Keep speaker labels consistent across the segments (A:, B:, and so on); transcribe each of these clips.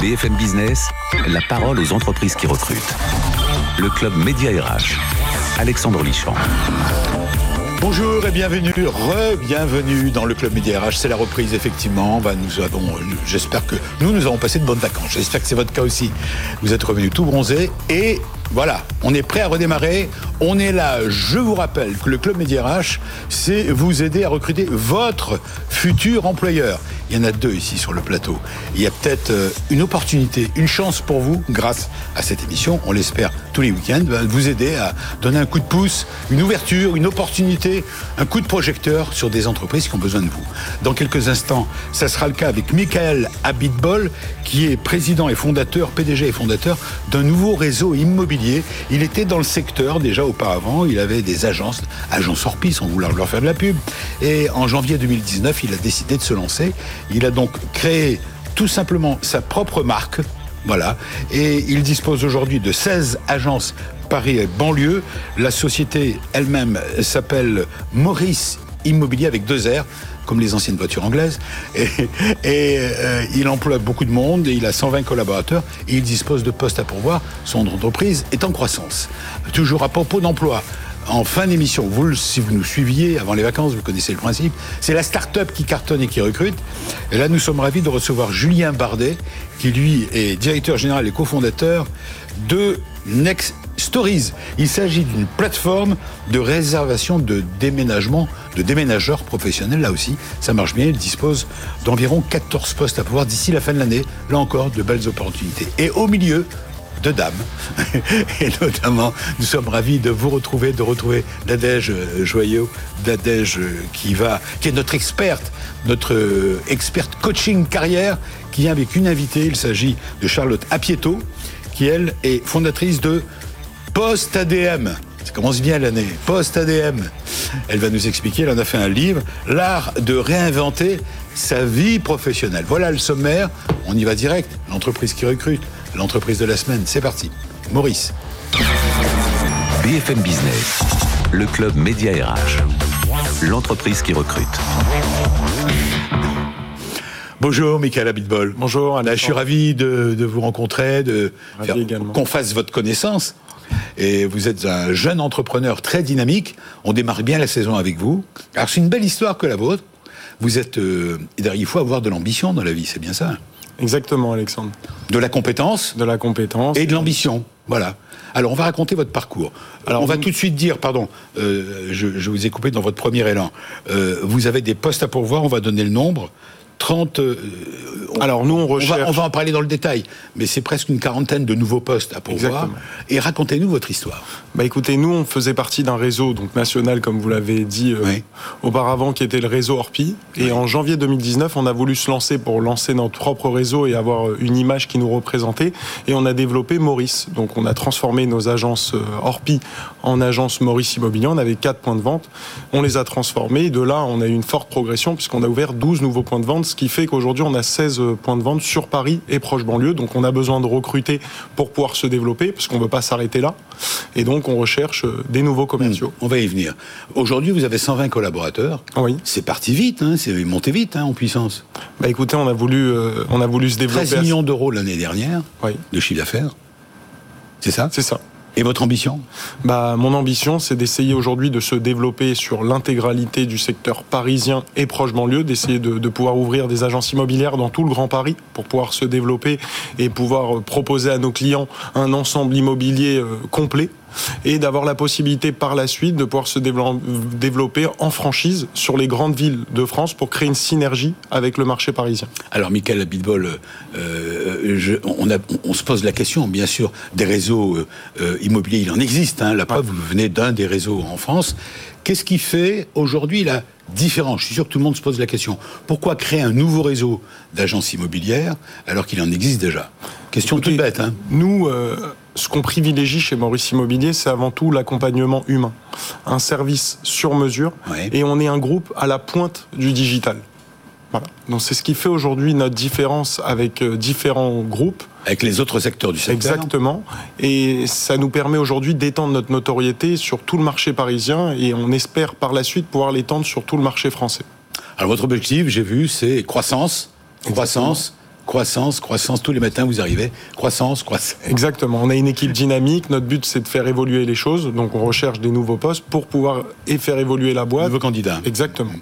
A: BFM Business, la parole aux entreprises qui recrutent. Le club Média RH, Alexandre Lichamp.
B: Bonjour et bienvenue, re-bienvenue dans le Club Média RH. C'est la reprise, effectivement. Ben, nous avons, j'espère que nous, nous avons passé de bonnes vacances. J'espère que c'est votre cas aussi. Vous êtes revenus tout bronzés et voilà, on est prêt à redémarrer. On est là. Je vous rappelle que le Club Média RH, c'est vous aider à recruter votre futur employeur. Il y en a deux ici sur le plateau. Il y a peut-être euh, une opportunité, une chance pour vous, grâce à cette émission, on l'espère tous les week-ends, de vous aider à donner un coup de pouce, une ouverture, une opportunité un coup de projecteur sur des entreprises qui ont besoin de vous. Dans quelques instants, ça sera le cas avec Michael Habitbol, qui est président et fondateur, PDG et fondateur d'un nouveau réseau immobilier. Il était dans le secteur déjà auparavant, il avait des agences, agences Orpi, sans vouloir leur faire de la pub. Et en janvier 2019, il a décidé de se lancer. Il a donc créé tout simplement sa propre marque. Voilà. Et il dispose aujourd'hui de 16 agences Paris et banlieue. La société elle-même s'appelle Maurice Immobilier avec deux R, comme les anciennes voitures anglaises. Et, et euh, il emploie beaucoup de monde, et il a 120 collaborateurs, et il dispose de postes à pourvoir. Son entreprise est en croissance. Toujours à propos d'emploi. En fin d'émission, vous, si vous nous suiviez avant les vacances, vous connaissez le principe, c'est la start-up qui cartonne et qui recrute. Et là, nous sommes ravis de recevoir Julien Bardet, qui lui est directeur général et cofondateur de Next Stories. Il s'agit d'une plateforme de réservation de déménagement de déménageurs professionnels. Là aussi, ça marche bien. Il dispose d'environ 14 postes à pouvoir d'ici la fin de l'année. Là encore, de belles opportunités. Et au milieu, deux dames. Et notamment, nous sommes ravis de vous retrouver, de retrouver Nadège euh, Joyeux, Nadège euh, qui va, qui est notre experte, notre euh, experte coaching carrière, qui vient avec une invitée. Il s'agit de Charlotte Apieto, qui elle est fondatrice de Post ADM. Ça commence bien l'année. Post ADM. Elle va nous expliquer, elle en a fait un livre, L'art de réinventer sa vie professionnelle. Voilà le sommaire. On y va direct. L'entreprise qui recrute, l'entreprise de la semaine. C'est parti. Maurice.
A: BFM Business, le club Média RH, l'entreprise qui recrute.
B: Bonjour Michael Abitbol.
C: Bonjour.
B: Alexandre. je suis ravi de, de vous rencontrer, de faire, qu'on fasse votre connaissance. Et vous êtes un jeune entrepreneur très dynamique. On démarre bien la saison avec vous. Alors c'est une belle histoire que la vôtre. Vous êtes, euh, il faut avoir de l'ambition dans la vie, c'est bien ça. hein.
C: Exactement, Alexandre.
B: De la compétence.
C: De la compétence.
B: Et de l'ambition. Voilà. Alors, on va raconter votre parcours. Alors, on va tout de suite dire, pardon, euh, je, je, vous ai coupé dans votre premier élan. Euh, vous avez des postes à pourvoir, on va donner le nombre. 30. Euh,
C: on, Alors nous, on recherche.
B: On va, on va, en parler dans le détail, mais c'est presque une quarantaine de nouveaux postes à pourvoir. Exactement. Et racontez-nous votre histoire.
C: Bah écoutez, nous, on faisait partie d'un réseau donc national, comme vous l'avez dit euh, oui. auparavant, qui était le réseau Orpi. Et oui. en janvier 2019, on a voulu se lancer pour lancer notre propre réseau et avoir euh, une image qui nous représentait. Et on a développé Maurice. Donc on a transformé nos agences euh, Orpi en agences Maurice Immobilier. On avait quatre points de vente. On les a transformés. Et de là, on a eu une forte progression puisqu'on a ouvert 12 nouveaux points de vente ce qui fait qu'aujourd'hui on a 16 points de vente sur Paris et proche banlieue. Donc on a besoin de recruter pour pouvoir se développer, parce qu'on ne veut pas s'arrêter là. Et donc on recherche euh, des nouveaux commerciaux.
B: Hmm, on va y venir. Aujourd'hui, vous avez 120 collaborateurs.
C: Oui.
B: C'est parti vite, hein c'est monté vite hein, en puissance.
C: Bah écoutez, on a voulu, euh, on a voulu se développer.
B: 13 millions d'euros l'année dernière
C: oui.
B: de chiffre d'affaires. C'est ça
C: C'est ça.
B: Et votre ambition
C: bah, Mon ambition, c'est d'essayer aujourd'hui de se développer sur l'intégralité du secteur parisien et proche banlieue, d'essayer de, de, pouvoir ouvrir des agences immobilières dans tout le Grand Paris pour pouvoir euh, se développer et pouvoir proposer à nos clients un ensemble immobilier euh, complet et d'avoir la possibilité par la suite de pouvoir se dévelop- développer en franchise sur les grandes villes de France pour créer une synergie avec le marché parisien.
B: Alors, Michael Abitbol, euh, je- on, a- on se pose la question, bien sûr, des réseaux euh, euh, immobiliers, il en existe. hein. la preuve, vous venez d'un des réseaux en France. Qu'est-ce qui fait aujourd'hui la différence Je suis sûr que tout le monde se pose la question. Pourquoi créer un nouveau réseau d'agences immobilières alors qu'il en existe déjà Question toute bête. Hein.
C: Nous, euh, ce qu'on privilégie chez Maurice Immobilier, c'est avant tout l'accompagnement humain, un service sur mesure,
B: Ouais.
C: et on est un groupe à la pointe du digital. Voilà. Donc c'est ce qui fait aujourd'hui notre différence avec euh, différents groupes.
B: Avec les autres secteurs du secteur.
C: Exactement. Et ça nous permet aujourd'hui d'étendre notre notoriété sur tout le marché parisien et on espère par la suite pouvoir l'étendre sur tout le marché français.
B: Alors votre objectif, j'ai vu, c'est croissance, croissance, croissance, croissance. Tous les matins, vous arrivez. Croissance, croissance.
C: Exactement. On a une équipe dynamique. Notre but, c'est de faire évoluer les choses. Donc on recherche des nouveaux postes pour pouvoir et faire évoluer la boîte.
B: Nouveau candidat.
C: Exactement.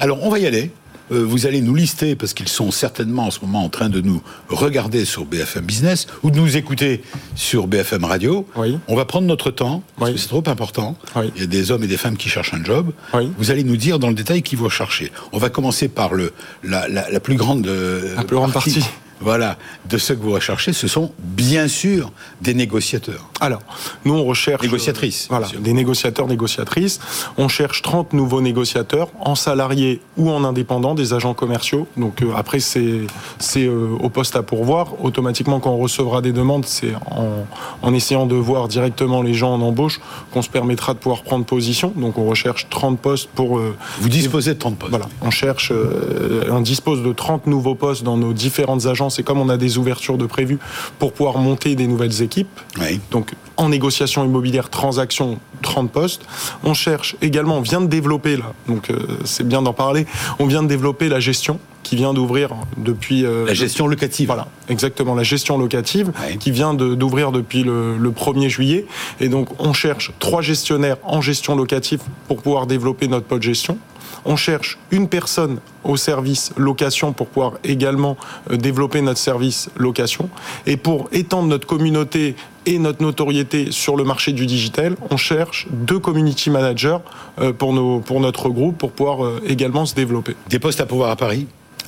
B: Alors on va y aller. Euh, Vous allez nous lister, parce qu'ils sont certainement en ce moment en train de nous regarder sur BFM Business ou de nous écouter sur BFM Radio.
C: Oui.
B: On va prendre notre temps, parce
C: Oui.
B: que c'est trop important.
C: Oui.
B: Il y a des hommes et des femmes qui cherchent un job.
C: Oui.
B: Vous allez nous dire dans le détail qui vous recherchez. On va commencer par le, la, la- la plus grande, euh,
C: La plus grande partie.
B: Voilà, de ceux que vous recherchez, ce sont bien sûr des négociateurs.
C: Alors, nous, on recherche.
B: Négociatrices,
C: euh, voilà,
B: bien sûr.
C: des négociateurs, négociatrices. On cherche 30 nouveaux négociateurs, en salariés ou en indépendants, des agents commerciaux. Donc, euh, après, c'est c'est, euh, au poste à pourvoir. Automatiquement, quand on recevra des demandes, c'est en, en essayant de voir directement les gens en embauche qu'on se permettra de pouvoir prendre position. Donc, on recherche 30 postes pour. euh,
B: Vous disposez de 30 postes.
C: voilà, on cherche, euh, on dispose de 30 nouveaux postes dans nos différentes agences et comme on a des ouvertures de prévues pour pouvoir monter des nouvelles équipes,
B: Oui.
C: donc en négociation immobilière, transaction, 30 postes. On cherche également, on vient de développer là, donc euh, c'est bien d'en parler, on vient de développer la gestion qui vient d'ouvrir depuis... euh,
B: La gestion locative.
C: voilà, exactement, la gestion locative
B: Ouais.
C: qui vient de- d'ouvrir depuis le, le 1er juillet. Et donc, on cherche trois gestionnaires en gestion locative pour pouvoir développer notre pôle gestion. On cherche une personne au service location pour pouvoir également euh, développer notre service location. Et pour étendre notre communauté et notre notoriété sur le marché du digital, on cherche deux community managers euh, pour, nos, pour notre groupe pour pouvoir euh, également se développer.
B: Des postes à pouvoir à Paris.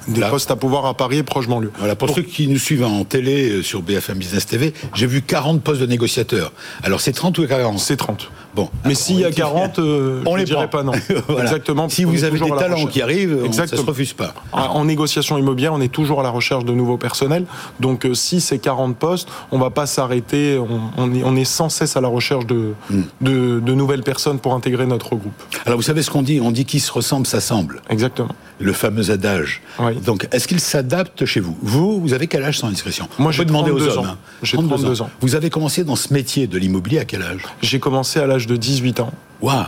C: Des
B: Là.
C: postes à pouvoir à Paris et proche banlieue.
B: Voilà, pour, ceux qui nous suivent en télé euh, sur BFM Business TV, j'ai vu 40 postes de négociateurs. Alors c'est 30 ou 40
C: C'est 30.
B: Bon,
C: Mais
B: alors,
C: s'il y
B: on
C: a
B: les-
C: 40, euh,
B: on
C: je
B: les
C: dirais
B: prend.
C: pas non.
B: Voilà.
C: Exactement.
B: Si
C: on
B: vous
C: est
B: avez
C: toujours
B: des
C: à la
B: talents
C: recherche.
B: qui arrivent, on- ça
C: Exactement.
B: se refuse pas.
C: En- En négociation immobilière, on est toujours à la recherche de nouveaux personnels. Donc, euh, si c'est 40 postes, on va pas s'arrêter. On, on est, on est sans cesse à la recherche de, de, de nouvelles personnes pour intégrer notre groupe.
B: Alors vous savez ce qu'on dit On dit qui se ressemble s'assemble,
C: Exactement.
B: le fameux adage.
C: Oui.
B: Donc est-ce qu'il s'adapte chez vous Vous, vous avez quel âge sans discrétion
C: Moi,
B: On
C: j'ai
B: peut demander aux
C: 32
B: hommes.
C: ans.
B: hein.
C: J'ai 32 ans.
B: Vous avez commencé dans ce métier de l'immobilier à quel âge
C: J'ai commencé à l'âge de 18 ans.
B: Waouh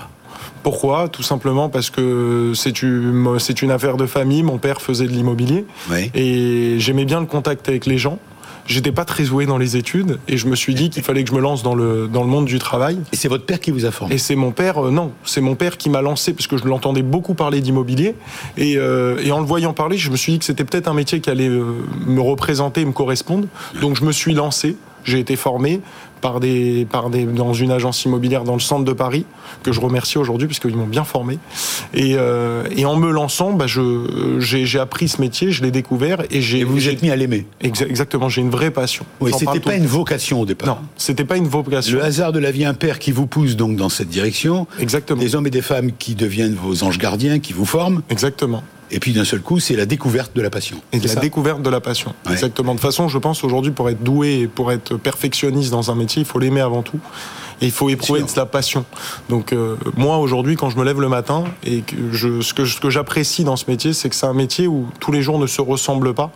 C: Pourquoi Tout simplement parce que c'est une, c'est une affaire de famille. Mon père faisait de l'immobilier
B: Oui.
C: et j'aimais bien le contact avec les gens. J'étais pas très doué dans les études et je me suis dit qu'il fallait que je me lance dans le, dans le monde du travail.
B: Et c'est votre père qui vous a formé
C: Et c'est mon père, euh, non, c'est mon père qui m'a lancé parce que je l'entendais beaucoup parler d'immobilier et, euh, et en le voyant parler, je me suis dit que c'était peut-être un métier qui allait euh, me représenter et me correspondre. Donc je me suis lancé. J'ai été formé par des, par des, dans une agence immobilière dans le centre de Paris que je remercie aujourd'hui parce qu'ils m'ont bien formé. Et, euh, et en me lançant, bah, je, j'ai, j'ai appris ce métier, je l'ai découvert et j'ai
B: Et vous vous
C: j'ai-
B: êtes mis à l'aimer
C: Exa- Exactement, j'ai une vraie passion.
B: Oui,
C: J'en
B: c'était
C: parle tout
B: pas
C: le
B: une
C: temps.
B: vocation au départ.
C: Non, c'était pas une vocation.
B: Le hasard de la vie impair qui vous pousse donc dans cette direction.
C: Exactement.
B: Des hommes et des femmes qui deviennent vos anges gardiens, qui vous forment.
C: Exactement.
B: Et puis d'un seul coup, c'est la découverte de la passion.
C: Et
B: C'est
C: de la
B: ça
C: découverte de la passion.
B: Ouais.
C: Exactement. De toute façon, je pense aujourd'hui, pour être doué et pour être perfectionniste dans un métier, il faut l'aimer avant tout. Et il faut éprouver
B: sûr.
C: de la passion. Donc, euh, moi, aujourd'hui, quand je me lève le matin, et que je, ce que, ce que j'apprécie dans ce métier, c'est que c'est un métier où tous les jours ne se ressemblent pas.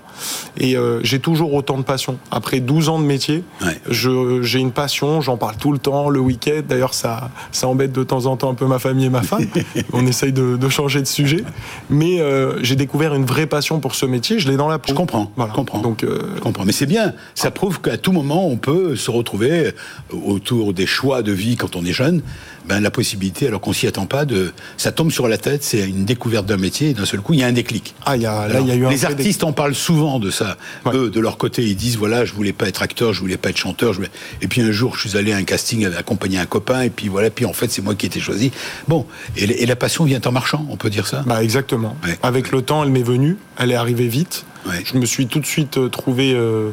C: Et euh, j'ai toujours autant de passion. Après 12 ans de métier,
B: Ouais.
C: je- j'ai une passion, j'en parle tout le temps, le week-end. D'ailleurs, ça, ça embête de temps en temps un peu ma famille et ma femme. On essaye de, de changer de sujet. Mais euh, j'ai découvert une vraie passion pour ce métier. Je l'ai dans la peau.
B: Je comprends,
C: Voilà.
B: je comprends.
C: Donc, euh,
B: Je comprends. Mais c'est bien. Ça prouve qu'à tout moment, on peut se retrouver autour des choix choix de vie quand on est jeune, ben, la possibilité, alors qu'on s'y attend pas, de ça tombe sur la tête, c'est une découverte d'un métier, et d'un seul coup, il y a un déclic.
C: Ah, il y a, là,
B: Alors,
C: il y a eu un
B: les
C: vrai déclic.
B: artistes en parlent souvent de ça.
C: Ouais.
B: Eux, de leur côté, ils disent voilà, je voulais pas être acteur, je voulais pas être chanteur. Je voulais- Et puis un jour, je suis allé à un casting accompagner un copain, et puis voilà, puis en fait, c'est moi qui ai été choisi. Bon, et, la- et la passion vient en marchant, on peut dire ça.
C: Bah exactement.
B: Ouais.
C: Avec le temps, elle m'est venue, elle est arrivée vite.
B: Ouais.
C: Je me suis tout de suite euh, trouvé euh,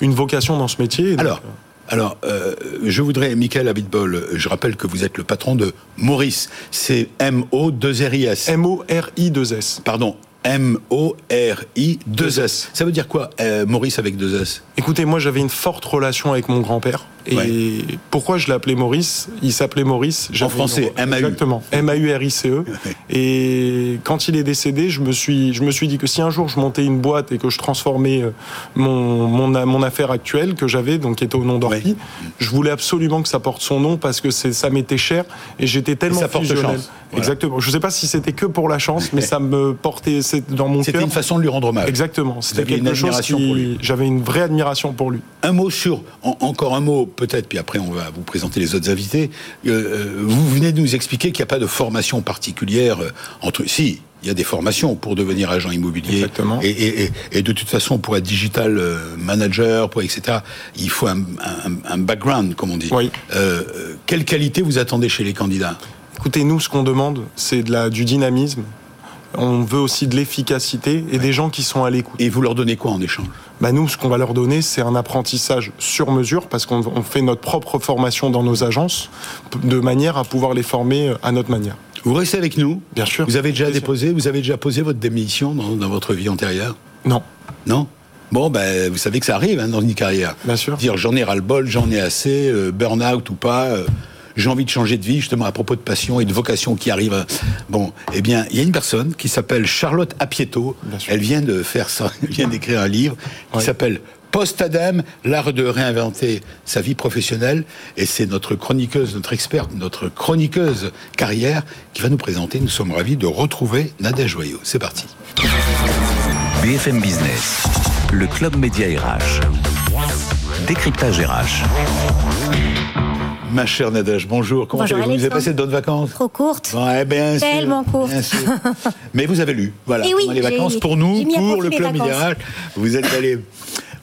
C: une vocation dans ce métier. Donc,
B: Alors, alors euh, je voudrais, Michael Abitbol, euh, je rappelle que vous êtes le patron de Maurice. C'est M-O-2-R-I-S.
C: M-O-R-I-2-S.
B: Pardon, M-O-R-I-2-S. Ça veut dire quoi, euh, Maurice avec deux S
C: Écoutez, moi j'avais une forte relation avec mon grand-père. Et
B: Ouais.
C: pourquoi je l'appelais Maurice Il s'appelait Maurice. j'avais une-
B: français, MAU.
C: Exactement, M-A-U-R-I-C-E.
B: Ouais.
C: E. Et quand il est décédé, je me, suis, je me suis dit que si un jour je montais une boîte et que je transformais euh, mon, mon, a- mon affaire actuelle que j'avais, donc qui était au nom d'Orpi,
B: Ouais.
C: je voulais absolument que ça porte son nom parce que c'est- ça m'était cher et j'étais tellement
B: ça porte
C: fusionnel.
B: chance. Voilà.
C: Exactement. Je ne sais pas si c'était que pour la chance, mais ça me portait c'est dans mon
B: C'était
C: cœur.
B: une façon de lui rendre hommage.
C: Exactement. C'était
B: Ah. aviez une
C: quelque chose
B: admiration pour lui.
C: qui... J'avais une vraie admiration pour lui.
B: Un mot sur, en- encore un mot peut-être, puis après on va vous présenter les autres invités. Euh, euh, vous venez de nous expliquer qu'il n'y a pas de formation particulière euh, entre. Si, il y a des formations pour devenir agent immobilier.
C: Exactement.
B: Et, et- et- et de toute façon, pour être digital euh, manager, pour etc., il faut un, un- un background, comme on dit.
C: Oui.
B: Euh, euh, quelle qualité vous attendez chez les candidats
C: Écoutez, nous, ce qu'on demande, c'est de la, du dynamisme. On veut aussi de l'efficacité et des gens qui sont à l'écoute.
B: Et vous leur donnez quoi en échange
C: Bah, nous, ce qu'on va leur donner, c'est un apprentissage sur mesure, parce qu'on on fait notre propre formation dans nos agences, p- de manière à pouvoir les former euh, à notre manière.
B: Vous restez avec nous
C: Bien sûr.
B: Vous avez déjà
C: Bien sûr.
B: déposé, vous avez déjà posé votre démission dans- dans votre vie antérieure
C: Non.
B: Non Bon, ben, vous savez que ça arrive hein, dans une carrière.
C: Bien sûr.
B: Dire j'en ai ras-le-bol, j'en ai assez, euh, burn-out ou pas, euh, j'ai envie de changer de vie, justement à propos de passion et de vocation qui arrive. Bon, eh bien, il y a une personne qui s'appelle Charlotte Apieto.
C: Bien sûr.
B: Elle vient de faire ça, elle vient d'écrire un livre qui
C: Ouais.
B: s'appelle Post-Adam, l'art de réinventer sa vie professionnelle. Et c'est notre chroniqueuse, notre experte, notre chroniqueuse carrière qui va nous présenter. Nous sommes ravis de retrouver Nadia Joyot. C'est parti.
A: BFM Business, le club média RH, décryptage RH.
B: Ma chère Nadège, bonjour. Comment
D: Bonjour,
B: allez-vous Vous avez
D: Alexandre.
B: passé de bonnes vacances
D: Trop courte.
B: Ouais, bien sûr,
D: Tellement courte.
B: bien sûr. Mais vous avez lu, voilà.
D: Eh oui,
B: pendant les
D: j'ai
B: vacances
D: lu.
B: pour nous,
D: J'ai mis à
B: pour
D: profit
B: le
D: mes
B: club
D: vacances.
B: idéal. Vous êtes allé,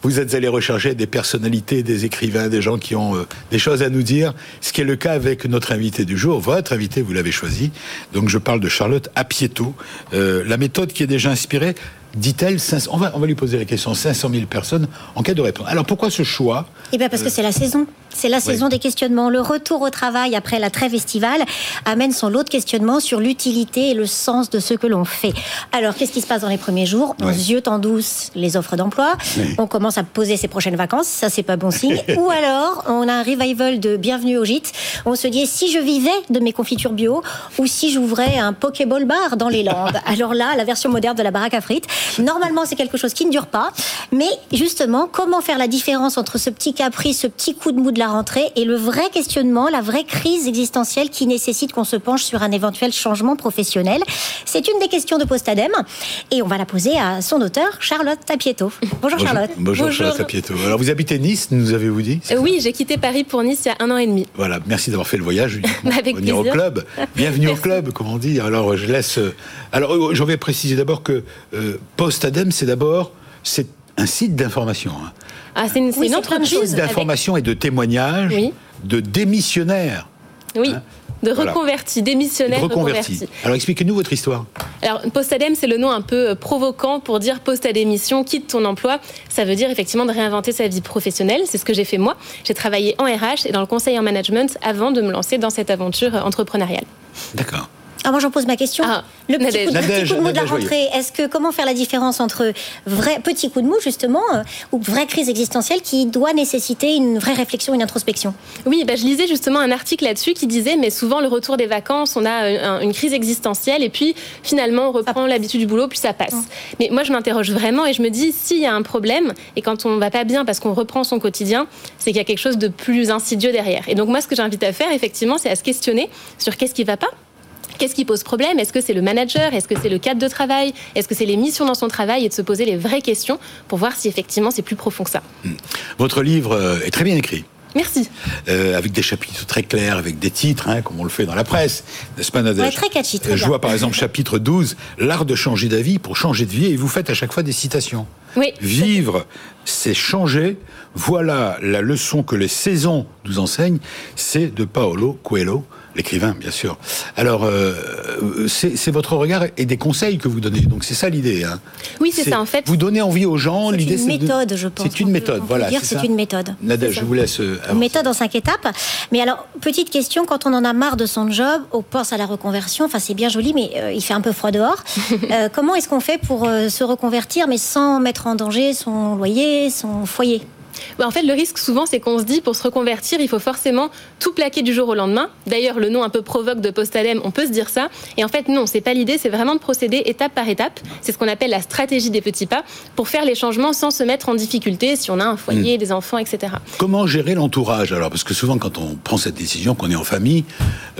B: vous êtes allé rechercher des personnalités, des écrivains, des gens qui ont euh, des choses à nous dire. Ce qui est le cas avec notre invité du jour, votre invité, vous l'avez choisi. Donc je parle de Charlotte Apieto. Euh, la méthode qui est déjà inspirée, dit-elle, 500 on va, on va lui poser la question. 500 000 personnes en cas de réponse. Alors pourquoi ce choix
D: Eh bien parce que c'est la saison. C'est la saison des questionnements. Le retour au travail après la trêve estivale amène son lot de questionnements sur l'utilité et le sens de ce que l'on fait. Alors, qu'est-ce qui se passe dans les premiers jours On
B: Ouais.
D: ziote en douce les offres d'emploi. On commence à poser ses prochaines vacances. Ça, c'est pas bon signe. Ou alors, on a un revival de Bienvenue au gîte. On se dit, si je vivais de mes confitures bio ou si j'ouvrais un Pokéball bar dans les Landes. Alors là, la version moderne de la baraque à frites. Normalement, c'est quelque chose qui ne dure pas. Mais justement, comment faire la différence entre ce petit caprice, ce petit coup de mou de la rentrée et le vrai questionnement, la vraie crise existentielle qui nécessite qu'on se penche sur un éventuel changement professionnel C'est une des questions de Postadem et on va la poser à son auteur, Charlotte Tapieto. Bonjour Charlotte.
B: Bonjour,
E: Bonjour.
B: Charlotte Apieto. Alors vous habitez Nice, nous avez-vous dit
E: Euh, Oui, j'ai quitté Paris pour Nice il y a un an et demi.
B: Voilà, merci d'avoir fait le voyage.
E: Bah, avec
B: Venir au
E: plaisir.
B: club. Bienvenue au club, comme on dit. Alors, je laisse. euh, Alors, euh, j'en vais préciser d'abord que euh, Post-Adem, c'est d'abord c'est un site d'information. hein.
E: Ah, c'est une, c'est
D: Oui,
E: une
D: c'est plein de
E: entreprise
D: choses
E: avec-
B: D'information et de témoignages
E: Oui.
B: de démissionnaires,
E: oui,
D: hein.
E: de
B: Voilà.
E: reconvertis,
B: et de
E: démissionnaires
B: reconvertis.
E: reconvertis.
B: Alors, expliquez-nous votre histoire.
E: Alors, postadem, c'est le nom un peu euh, provocant pour dire post à démission, quitte ton emploi. Ça veut dire effectivement de réinventer sa vie professionnelle. C'est ce que j'ai fait moi. J'ai travaillé en RH et dans le conseil en management avant de me lancer dans cette aventure euh, entrepreneuriale.
B: D'accord.
D: Ah, moi, j'en pose ma question.
E: Ah,
D: le petit
E: Nadège.
D: coup, de-
B: Nadège,
D: petit coup de mou de la
B: Nadège Joyeux.
D: rentrée, est-ce que comment faire la différence entre vrai petit coup de mou justement euh, ou vraie crise existentielle qui doit nécessiter une vraie réflexion, une introspection
E: Oui, bah, je lisais justement un article là-dessus qui disait, mais souvent le retour des vacances, on a euh, un- une crise existentielle et puis finalement on reprend l'habitude du boulot, puis ça passe. Mais moi je m'interroge vraiment et je me dis, s'il y a un problème et quand on va pas bien parce qu'on reprend son quotidien, c'est qu'il y a quelque chose de plus insidieux derrière. Et donc moi ce que j'invite à faire effectivement, c'est à se questionner sur qu'est-ce qui va pas. Qu'est-ce qui pose problème Est-ce que c'est le manager Est-ce que c'est le cadre de travail Est-ce que c'est les missions dans son travail Et de se poser les vraies questions pour voir si effectivement c'est plus profond que ça.
B: Votre livre euh, est très bien écrit.
E: Merci.
B: euh, avec des chapitres très clairs, avec des titres, hein, comme on le fait dans la presse, n'est-ce pas, Nadège
D: Ouais, très catchy, très
B: Euh, Je
D: bien.
B: vois par exemple chapitre 12, l'art de changer d'avis pour changer de vie, et vous faites à chaque fois des citations.
E: Oui.
B: Vivre, c'est changer. Voilà la leçon que les saisons nous enseignent. C'est de Paolo Coelho, l'écrivain, bien sûr. Alors, euh, euh, c'est c'est votre regard et des conseils que vous donnez. Donc, c'est ça l'idée. hein.
E: Oui, c'est ça, en fait.
B: Vous donnez envie aux gens.
D: C'est
B: l'idée,
D: une
B: c'est de-
D: méthode, je pense.
B: C'est une
D: On peut-
B: méthode,
D: on peut
B: voilà.
D: dire
B: c'est
D: c'est
B: ça.
D: une méthode.
B: Nadège,
D: C'est ça.
B: je vous laisse. euh,
D: Une
B: avancer.
D: méthode en cinq étapes. Mais alors, petite question, quand on en a marre de son job, on pense à la reconversion, enfin c'est bien joli, mais euh, il fait un peu froid dehors. Euh, comment est-ce qu'on fait pour euh, se reconvertir, mais sans mettre en danger son loyer, son foyer
E: Bah, en fait, le risque souvent, c'est qu'on se dit pour se reconvertir, il faut forcément tout plaquer du jour au lendemain. D'ailleurs, le nom un peu provoque de post-ADEME, on peut se dire ça. Et en fait, non, c'est pas l'idée, c'est vraiment de procéder étape par étape. C'est ce qu'on appelle la stratégie des petits pas pour faire les changements sans se mettre en difficulté si on a un
B: Mm.
E: foyer, des enfants, etc.
B: Comment gérer l'entourage alors Parce que souvent, quand on prend cette décision, qu'on est en famille,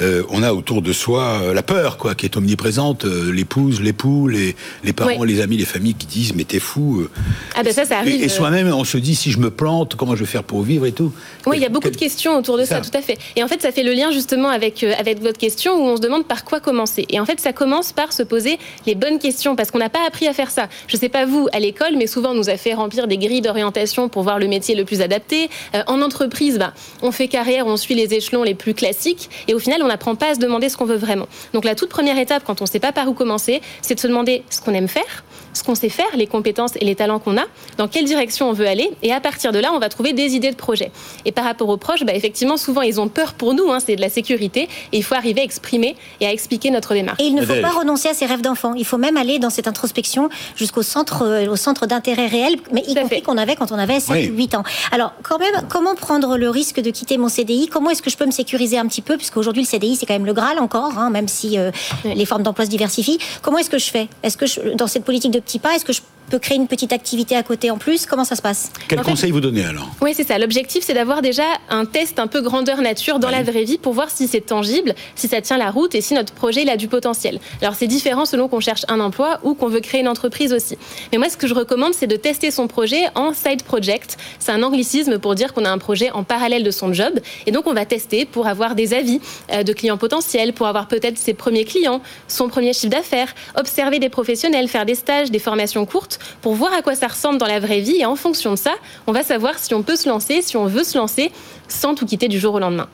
B: euh, on a autour de soi euh, la peur, quoi, qui est omniprésente. euh, L'épouse, l'époux, les, les parents,
E: Oui.
B: les amis, les familles qui disent mais t'es fou. euh.
E: Ah ben ça, ça arrive.
B: Et, et
E: euh,
B: soi-même, on se dit si je me plante, comment je vais faire pour vivre et tout.
E: Oui, il y a beaucoup
B: Quel-
E: de questions autour de
B: C'est
E: ça,
B: ça.
E: tout à fait. Et en fait, ça fait le lien justement avec, euh, avec votre question où on se demande par quoi commencer. Et en fait, ça commence par se poser les bonnes questions parce qu'on n'a pas appris à faire ça. Je ne sais pas vous, à l'école, mais souvent on nous a fait remplir des grilles d'orientation pour voir le métier le plus adapté. Euh, en entreprise, bah, on fait carrière, on suit les échelons les plus classiques et au final, on n'apprend pas à se demander ce qu'on veut vraiment. Donc la toute première étape, quand on ne sait pas par où commencer, c'est de se demander ce qu'on aime faire, ce qu'on sait faire, les compétences et les talents qu'on a, dans quelle direction on veut aller, et à partir de là, on va trouver des idées de projet. Et par rapport aux proches, bah, effectivement, souvent, ils ont peur pour nous, hein, c'est de la sécurité, et il faut arriver à exprimer et à expliquer notre démarche.
D: Et il ne faut
B: Adèle.
D: pas renoncer à ses rêves d'enfant. Il faut même aller dans cette introspection jusqu'au centre, euh, au centre d'intérêt réel, mais y
E: Tout à
D: compris
E: fait.
D: qu'on avait quand on avait 7
B: Oui.
D: ou 8 ans. Alors, quand même, comment prendre le risque de quitter mon CDI Comment est-ce que je peux me sécuriser un petit peu Puisqu'aujourd'hui, le CDI, c'est quand même le Graal encore, hein, même si euh,
E: Oui.
D: les formes d'emploi se diversifient. Comment est-ce que je fais Est-ce que je- dans cette politique de petits pas, est-ce que je peux créer une petite activité à côté en plus Comment ça se passe
B: Quel
E: En fait-
B: conseil vous donnez alors
E: Oui, c'est ça. L'objectif, c'est d'avoir déjà un test un peu grandeur nature dans
B: Oui.
E: la vraie vie pour voir si c'est tangible, si ça tient la route et si notre projet il a du potentiel. Alors c'est différent selon qu'on cherche un emploi ou qu'on veut créer une entreprise aussi. Mais moi, ce que je recommande, c'est de tester son projet en side project. C'est un anglicisme pour dire qu'on a un projet en parallèle de son job. Et donc on va tester pour avoir des avis euh, de clients potentiels, pour avoir peut-être ses premiers clients, son premier chiffre d'affaires, observer des professionnels, faire des stages, des formations courtes pour voir à quoi ça ressemble dans la vraie vie. Et en fonction de ça, on va savoir si on peut se lancer, si on veut se lancer sans tout quitter du jour au lendemain.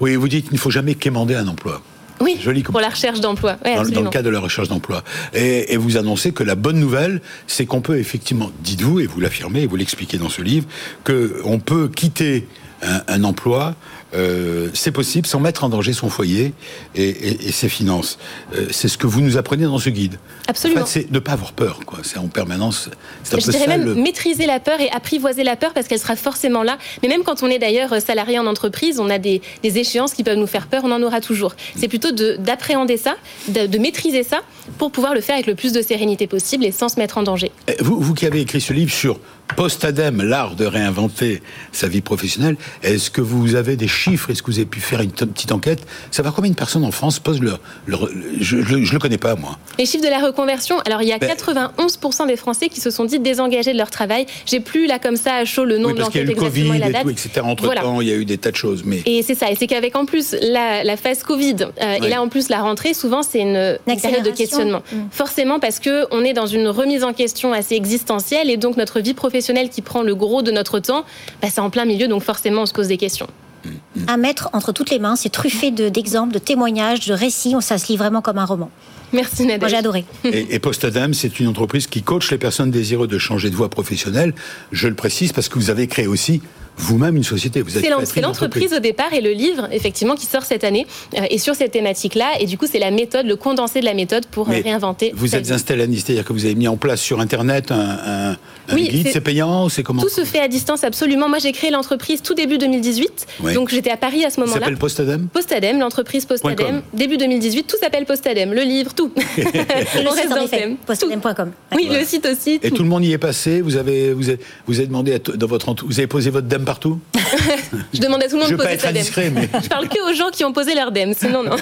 B: Oui, vous dites qu'il ne faut jamais quémander un emploi.
E: Oui,
B: Joli comme-
E: pour la recherche d'emploi.
B: dans,
E: Ouais,
B: le- dans le
E: absolument.
B: cadre de la recherche d'emploi. Et, et vous annoncez que la bonne nouvelle, c'est qu'on peut effectivement, dites-vous, et vous l'affirmez, et vous l'expliquez dans ce livre, qu'on peut quitter un, un emploi, euh, c'est possible, sans mettre en danger son foyer et, et- et ses finances. Euh, c'est ce que vous nous apprenez dans ce guide.
E: Absolument.
B: En fait, c'est de ne pas avoir peur, quoi. C'est en permanence. C'est un
E: Je
B: peu
E: dirais
B: ça
E: même
B: le-
E: maîtriser la peur et apprivoiser la peur parce qu'elle sera forcément là. Mais même quand on est d'ailleurs euh, salarié en entreprise, on a des, des échéances qui peuvent nous faire peur, on en aura toujours.
B: Mm.
E: C'est plutôt de- d'appréhender ça, de, de maîtriser ça pour pouvoir le faire avec le plus de sérénité possible et sans se mettre en danger.
B: Eh, Vous, vous qui avez écrit ce livre sur Post-ADEME, l'art de réinventer sa vie professionnelle, est-ce que vous avez des chiffres Est-ce que vous avez pu faire une t- petite enquête Savoir combien de personnes en France posent leur... leur- je ne le connais pas, moi.
E: Les chiffres de la reconversion, alors il y a
B: Ben-
E: 91% des Français qui se sont dit désengagés de leur travail. J'ai plus là comme ça à chaud le nom
B: Oui,
E: de
B: parce qu'il y a eu
E: l'enquête
B: le Covid
E: exactement et la
B: et
E: date.
B: tout, etc. Entre-temps,
E: Voilà.
B: il y a eu des tas de choses. Mais
E: Et c'est ça, et c'est qu'avec en plus la, la phase Covid, euh,
B: Oui.
E: et là en plus la rentrée, souvent c'est une, une période de
D: accélération. Mm.
E: questionnement. Forcément parce que on est dans une remise en question assez existentielle, et donc notre vie professionnelle qui prend le gros de notre temps, bah, c'est en plein milieu, donc forcément on se pose des questions.
D: À mettre entre toutes les mains, c'est truffé de- d'exemples, de, témoignages, de récits. On- Ça se lit vraiment comme un roman.
E: Merci
D: Moi, j'ai
E: Nadège.
D: adoré.
B: Et, et Postadam, c'est une entreprise qui coach les personnes désireuses de changer de voie professionnelle. Je le précise parce que vous avez créé aussi vous-même une société. Vous êtes
E: C'est l'en-
B: créatrice
E: c'est l'entreprise au départ et le livre, effectivement, qui sort cette année, euh, et sur cette thématique-là, et du coup c'est la méthode, le condensé de la méthode pour euh,
B: Mais
E: réinventer.
B: Vous
E: sa
B: êtes
E: vie.
B: installé, c'est-à-dire que vous avez mis en place sur Internet un, un- un
E: Oui,
B: guide,
E: c'est-
B: c'est payant, c'est comment
E: Tout se fait à distance, absolument. Moi, j'ai créé l'entreprise tout début 2018,
B: Ouais.
E: donc j'étais à Paris à ce
B: Il
E: moment-là.
B: s'appelle Postadam
E: Postadem, l'entreprise
B: Point com.
E: Postadem, début 2018, tout s'appelle Postadem, le livre, tout.
D: Et le
E: On
D: site,
E: reste
D: en
E: dans le
D: effet,
E: thème.
D: postadem.com.
E: Tout. Oui, le site aussi.
B: Et
E: tout.
B: tout le monde y est passé. Vous avez, vous avez, vous avez demandé à t- dans votre, entou- vous avez posé votre dame partout.
E: Je demande à tout le monde
B: Je
E: de
B: veux pas
E: poser
B: être
E: sa
B: indiscret,
E: dème.
B: mais-
E: Je parle que aux gens qui ont posé leur dème, sinon non.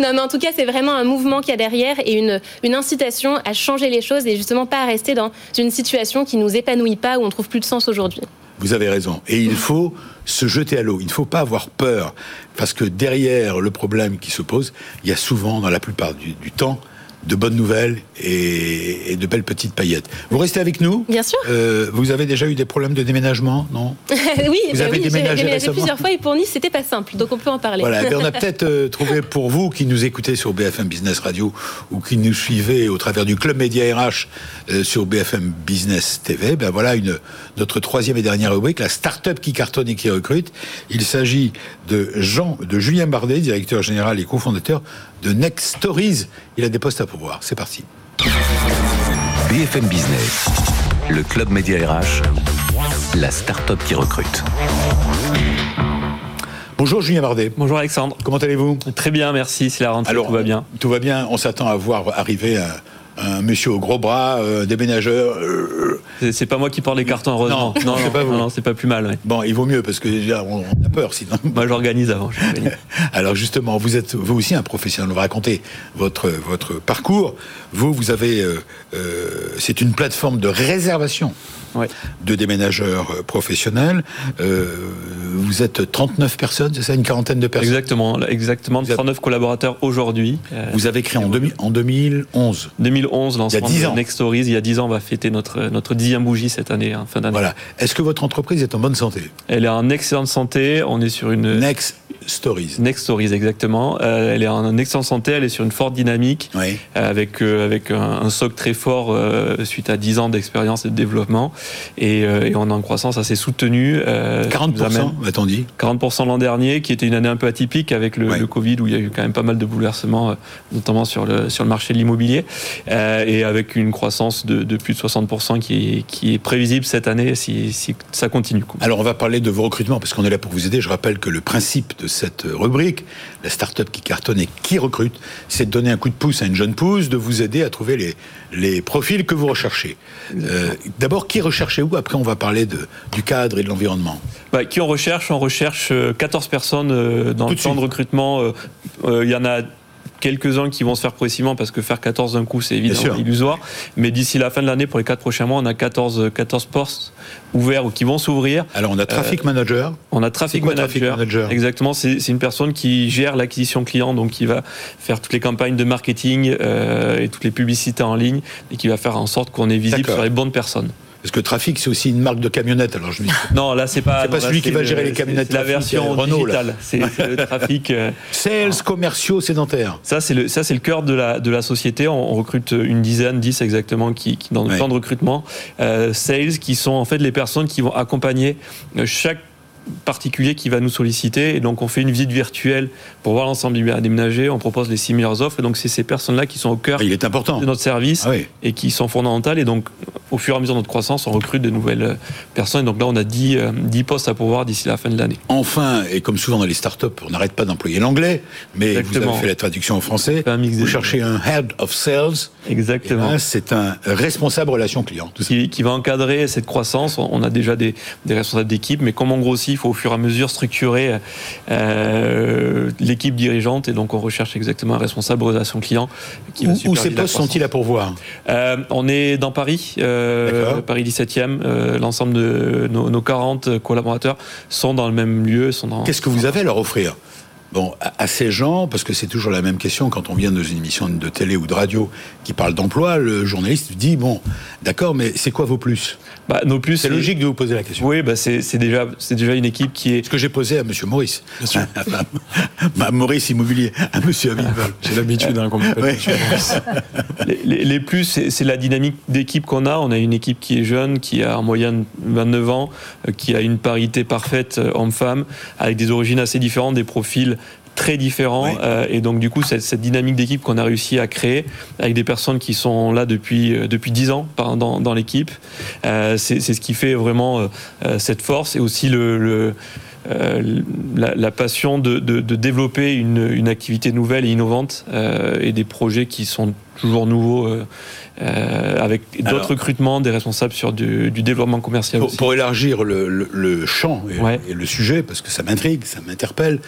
E: non, mais en tout cas, c'est vraiment un mouvement qu'il y a derrière et une, une incitation à changer les choses et justement pas à rester dans une situation qui nous épanouit pas où on trouve plus de sens aujourd'hui.
B: Vous avez raison. Et il faut se jeter à l'eau. Il ne faut pas avoir peur. Parce que derrière le problème qui se pose, il y a souvent, dans la plupart du, du temps, de bonnes nouvelles et, et de belles petites paillettes. Vous restez avec nous
E: Bien sûr.
B: Euh, vous avez déjà eu des problèmes de déménagement, non
E: oui,
B: Vous
E: bah
B: avez
E: oui, j'ai
B: déménagé récemment
E: plusieurs fois et pour Nice, c'était pas simple, donc on peut en parler.
B: Voilà, ben on a peut-être euh, trouvé pour vous qui nous écoutez sur BFM Business Radio ou qui nous suivez au travers du club média RH euh, sur BFM Business TV, ben voilà une notre troisième et dernière rubrique, la start-up qui cartonne et qui recrute. Il s'agit de Jean, de Julien Bardet, directeur général et cofondateur de Next Stories. Il a des postes à pourvoir. C'est parti.
A: BFM Business, le club média RH, la start-up qui recrute.
B: Bonjour Julien Bardet.
F: Bonjour Alexandre.
B: Comment allez-vous
F: Très bien, merci. C'est la rentrée, tout va bien.
B: Tout va bien. On s'attend à voir arriver un, un monsieur au gros bras, euh, déménageur. euh,
F: C'est- C'est pas moi qui porte les cartons, heureusement.
B: Non, c'est pas vous.
F: non, non, c'est pas plus mal. ouais.
B: Bon, il vaut mieux parce que déjà, on on a peur sinon.
F: Moi, j'organise avant. j'organise.
B: Alors justement, vous êtes vous aussi un professionnel. Vous racontez votre votre parcours. Vous vous avez euh, euh, c'est une plateforme de réservation
F: Ouais.
B: de déménageurs euh, professionnels. Euh, vous êtes 39 personnes, c'est ça, une quarantaine de personnes.
F: Exactement, là, exactement.
B: Vous avez-
F: 39 collaborateurs aujourd'hui. Euh,
B: Vous avez créé en, 2000 en 2011.
F: 2011, lancement
B: 10
F: de
B: ans.
F: Next Stories. Il y a 10 ans, on va fêter notre, notre dixième bougie cette année, hein, fin d'année.
B: Voilà. Est-ce que votre entreprise est en bonne santé
F: Elle est en excellente santé. On est sur une.
B: Next Stories.
F: Next Stories, exactement. Euh, elle est en excellente santé, elle est sur une forte dynamique.
B: Oui.
F: avec, euh, avec un, un socle très fort euh, suite à 10 ans d'expérience et de développement. Et, euh, et on est en croissance assez soutenue. euh, qui nous
B: 40%,
F: amène-
B: m'a-t-on dit
F: 40% l'an dernier, qui était une année un peu atypique avec le,
B: Ouais.
F: le Covid, où il y a eu quand même pas mal de bouleversements, euh, notamment sur le, sur le marché de l'immobilier, euh, et avec une croissance de, de plus de 60% qui est, qui est prévisible cette année si, si ça continue. quoi.
B: Alors, on va parler de vos recrutements parce qu'on est là pour vous aider. Je rappelle que le principe de cette euh, rubrique, la start-up qui cartonne et qui recrute, c'est de donner un coup de pouce à une jeune pousse, de vous aider à trouver les, les profils que vous recherchez. Euh, D'abord, qui recherchez-vous Après, on va parler de, du cadre et de l'environnement.
F: Bah, qui on recherche On recherche euh, 14 personnes euh, dans
B: Tout
F: le
B: de
F: plan de
B: suite.
F: recrutement. Euh, euh, Il y en a quelques-uns qui vont se faire progressivement parce que faire 14 d'un coup, c'est évidemment
B: sûr.
F: illusoire. Mais d'ici la fin de l'année, pour les 4 prochains mois, on a 14, euh, 14 postes ouverts ou qui vont s'ouvrir.
B: Alors, on a
F: Euh,
B: Traffic Manager.
F: On a
B: C'est
F: Traffic
B: quoi,
F: Manager.
B: Traffic Manager
F: Exactement, c'est c'est une personne qui gère l'acquisition client, donc qui va faire toutes les campagnes de marketing euh, et toutes les publicités en ligne et qui va faire en sorte qu'on est visible
B: D'accord.
F: sur les bonnes personnes.
B: Parce que Traffic, c'est aussi une marque de camionnette. Alors, je me dis,
F: Non, là, c'est pas.
B: C'est pas
F: non, là,
B: celui qui
F: c'est
B: va
F: le-
B: gérer les
F: c'est-
B: camionnettes
F: C'est la
B: Trafic,
F: version
B: euh, Renault, là.
F: digitale. C'est c'est le trafic. euh,
B: sales commerciaux sédentaires.
F: Ça, c'est le, ça, c'est le cœur de la, de la société. On, on recrute une dizaine, dix exactement, qui, qui- dans le
B: Ouais.
F: plan de recrutement, euh, sales, qui sont en fait les personnes qui vont accompagner euh, chaque particulier qui va nous solliciter. Et donc, on fait une visite virtuelle pour voir l'ensemble du bien à déménager. On propose les six meilleures offres. Et donc, c'est ces personnes-là qui sont au cœur
B: Ah, Il est important.
F: de notre service
B: Ah oui.
F: et qui sont fondamentales. Et donc, au fur et à mesure de notre croissance, on recrute de nouvelles euh, personnes. Et donc là, on a 10, euh, 10 postes à pourvoir d'ici la fin de l'année.
B: Enfin, et comme souvent dans les startups, on n'arrête pas d'employer l'anglais, mais vous
F: Exactement.
B: avez fait la traduction en français.
F: Pas un mix des
B: Vous
F: deux.
B: cherchez un head of sales.
F: Exactement.
B: Eh ben, C'est un responsable relation client. tout ça.
F: qui, qui va encadrer cette croissance. On on a déjà des, des responsables d'équipe, mais comme on grossit, il faut au fur et à mesure structurer euh, l'équipe dirigeante. Et donc, on recherche exactement un responsable relation client qui va
B: Où, où
F: superviser
B: ces
F: la
B: postes
F: croissance.
B: sont-ils à pourvoir
F: Euh, On est dans Paris, euh,
B: D'accord.
F: Paris 17e. euh, L'ensemble de nos, nos 40 collaborateurs sont dans le même lieu. Sont dans...
B: Qu'est-ce que vous avez à leur offrir Bon, à, à ces gens, parce que c'est toujours la même question quand on vient dans une émission de télé ou de radio qui parle d'emploi, le journaliste dit bon, d'accord, mais c'est quoi vos plus
F: Bah, nos plus,
B: C'est logique de vous poser la question.
F: Oui, bah, c'est c'est déjà, c'est déjà une équipe qui est
B: Ce que j'ai posé à Monsieur Maurice, à Maurice Immobilier, à Monsieur Abitbol.
C: J'ai l'habitude hein, qu'on m'appelle
B: Ouais.
C: monsieur Maurice.
F: Les, les- les plus, c'est c'est la dynamique d'équipe qu'on a. On a une équipe qui est jeune, qui a en moyenne 29 ans, euh, qui a une parité parfaite euh, homme-femme, avec des origines assez différentes, des profils très différents.
B: Oui.
F: Euh, et donc, du coup, cette, cette dynamique d'équipe qu'on a réussi à créer, avec des personnes qui sont là depuis, euh, depuis 10 ans par- dans, dans l'équipe, euh, c'est c'est ce qui fait vraiment euh, euh, cette force et aussi le- le euh, la, la passion de, de- de développer une, une activité nouvelle et innovante euh, et des projets qui sont toujours nouveaux euh, euh, avec
B: Alors-
F: d'autres recrutements, des responsables sur du, du développement commercial
B: Pour,
F: aussi.
B: pour élargir le, le- le champ et,
F: Ouais.
B: et le sujet, parce que ça m'intrigue, ça m'interpelle,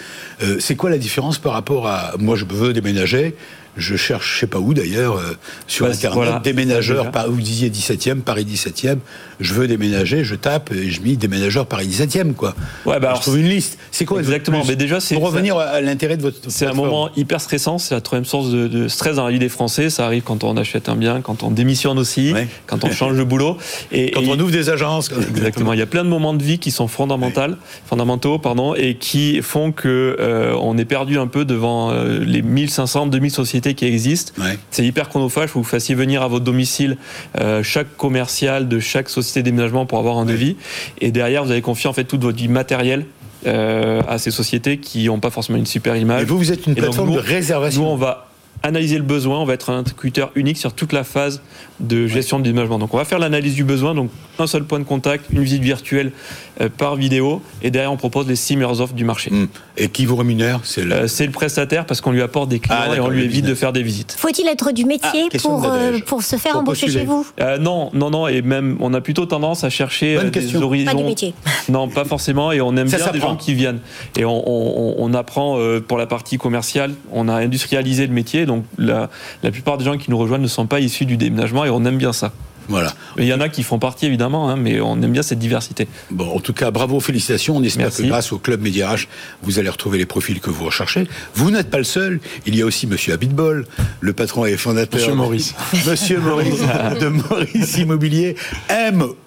B: euh, c'est quoi la différence par rapport à moi je veux déménager je cherche, je sais pas où d'ailleurs, euh, sur
F: Bah,
B: Internet,
F: voilà.
B: déménageur,
F: Déjà.
B: par, vous disiez 17e, Paris 17e, je veux déménager, je tape et je mets déménageur Paris 17e, quoi.
F: Ouais, bah
B: je
F: alors,
B: trouve une liste. C'est quoi le
F: Exactement,
B: plus
F: mais déjà, c'est-
B: Pour revenir à l'intérêt de votre.
F: C'est un
B: plateforme.
F: moment hyper stressant, c'est la troisième source de, de stress dans la vie des Français. Ça arrive quand on achète un bien, quand on démissionne aussi,
B: Ouais.
F: quand on change de boulot. Et,
B: Quand
F: et-
B: on ouvre des agences. quand-
F: Exactement. Il y a plein de moments de vie qui sont fondamentaux, fondamentaux pardon, et qui font que euh, on est perdu un peu devant euh, les 1500, 2000 sociétés qui existent.
B: Ouais.
F: C'est hyper chronophage. Faut que vous fassiez venir à votre domicile euh, chaque commercial de chaque société de déménagement pour avoir un devis. Et derrière, vous avez confié en fait toute votre vie matérielle euh, à ces sociétés qui n'ont pas forcément une super image.
B: Et vous, vous êtes une
F: Et donc,
B: plateforme
F: nous,
B: de réservation.
F: Nous, on va analyser le besoin, on va être un interlocuteur unique sur toute la phase de gestion de déménagement. Donc, on va faire l'analyse du besoin, donc un seul point de contact, une visite virtuelle euh, par vidéo, et derrière, on propose les six meilleures offres du marché.
B: Mm. Et qui vous rémunère C'est le.
F: Euh, c'est le prestataire parce qu'on lui apporte des clients
B: Ah,
F: et on
B: d'accord,
F: lui
B: le
F: évite de
B: business.
F: faire des visites.
D: Faut-il être du métier
B: Ah, question
D: pour, euh,
B: d'adage.
D: pour se faire
B: Pour
D: embaucher
B: postuler.
D: chez vous
F: Euh, non, non, non, et même on a plutôt tendance à chercher
B: Bonne
F: euh, des
B: question.
F: horizons.
D: Pas du métier.
F: Non, pas forcément, et on aime
B: Ça
F: bien des
B: s'apprend.
F: gens qui viennent. Et on, on- on- on apprend euh, pour la partie commerciale, on a industrialisé le métier, donc la, la plupart des gens qui nous rejoignent ne sont pas issus du déménagement, et on aime bien ça.
B: Voilà.
F: Il y en a qui font partie évidemment, hein, mais on aime bien cette diversité.
B: Bon, en tout cas, bravo, félicitations. On espère
F: Merci.
B: que grâce au Club Médiarage, vous allez retrouver les profils que vous recherchez. Vous n'êtes pas le seul. Il y a aussi Monsieur Habitbol, le patron et fondateur.
C: Monsieur Maurice.
B: Monsieur Maurice de Maurice Immobilier.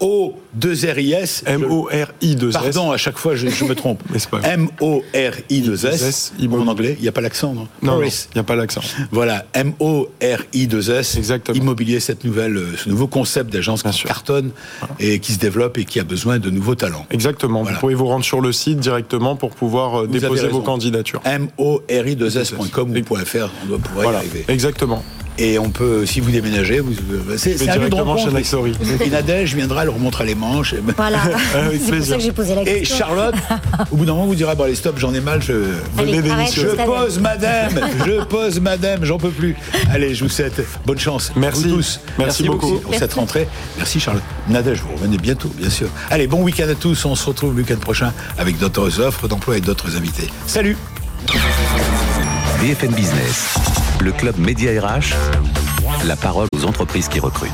B: M-O-2-R-I-S.
C: M-O-R-I-2-S.
B: Pardon, à chaque fois, je, je me trompe.
C: Mais c'est pas grave.
B: M-O-R-I-2-S. En
C: Immobilier.
B: anglais, il n'y a pas l'accent, non
C: Non, il
B: Maurice.
C: n'y a pas l'accent.
B: Voilà, M-O-R-I-2-S.
C: Exactement.
B: Immobilier, cette nouvelle, euh, ce nouveau concept d'agence
C: Bien
B: qui
C: sûr.
B: cartonne et qui se développe et qui a besoin de nouveaux talents.
C: Exactement.
B: Voilà.
C: Vous pouvez vous rendre sur le site directement pour pouvoir euh,
B: Vous avez
C: déposer
B: raison. Ah,
C: vos candidatures.
B: M-O-R-I-2S.com ou .fr, on doit pouvoir
C: Voilà,
B: y arriver.
C: exactement.
B: Et on peut, si vous déménagez, vous, euh, c'est
C: Mais
B: c'est un lieu de
C: directement chez
B: rencontre.
C: Naxori.
B: Et Nadège viendra, elle remontera les manches. Et,
D: Voilà.
C: Avec
D: c'est pour
C: plaisir.
D: ça que j'ai posé la
B: Ah et
D: question.
B: Charlotte, au bout d'un moment, vous dira, bon allez, stop, j'en ai mal, je...
D: Allez,
C: venez
D: arrête,
B: Je
D: Stade.
B: pose madame, je pose madame, j'en peux plus. Allez, je vous souhaite bonne chance.
C: Merci.
B: Vous tous.
C: Merci beaucoup.
B: pour cette rentrée. Merci Charlotte. Nadège, vous revenez bientôt, bien sûr. Allez, bon week-end à tous. On se retrouve le week-end prochain avec d'autres offres d'emploi et d'autres invités. Salut
A: BFM Business, le club Média RH, la parole aux entreprises qui recrutent.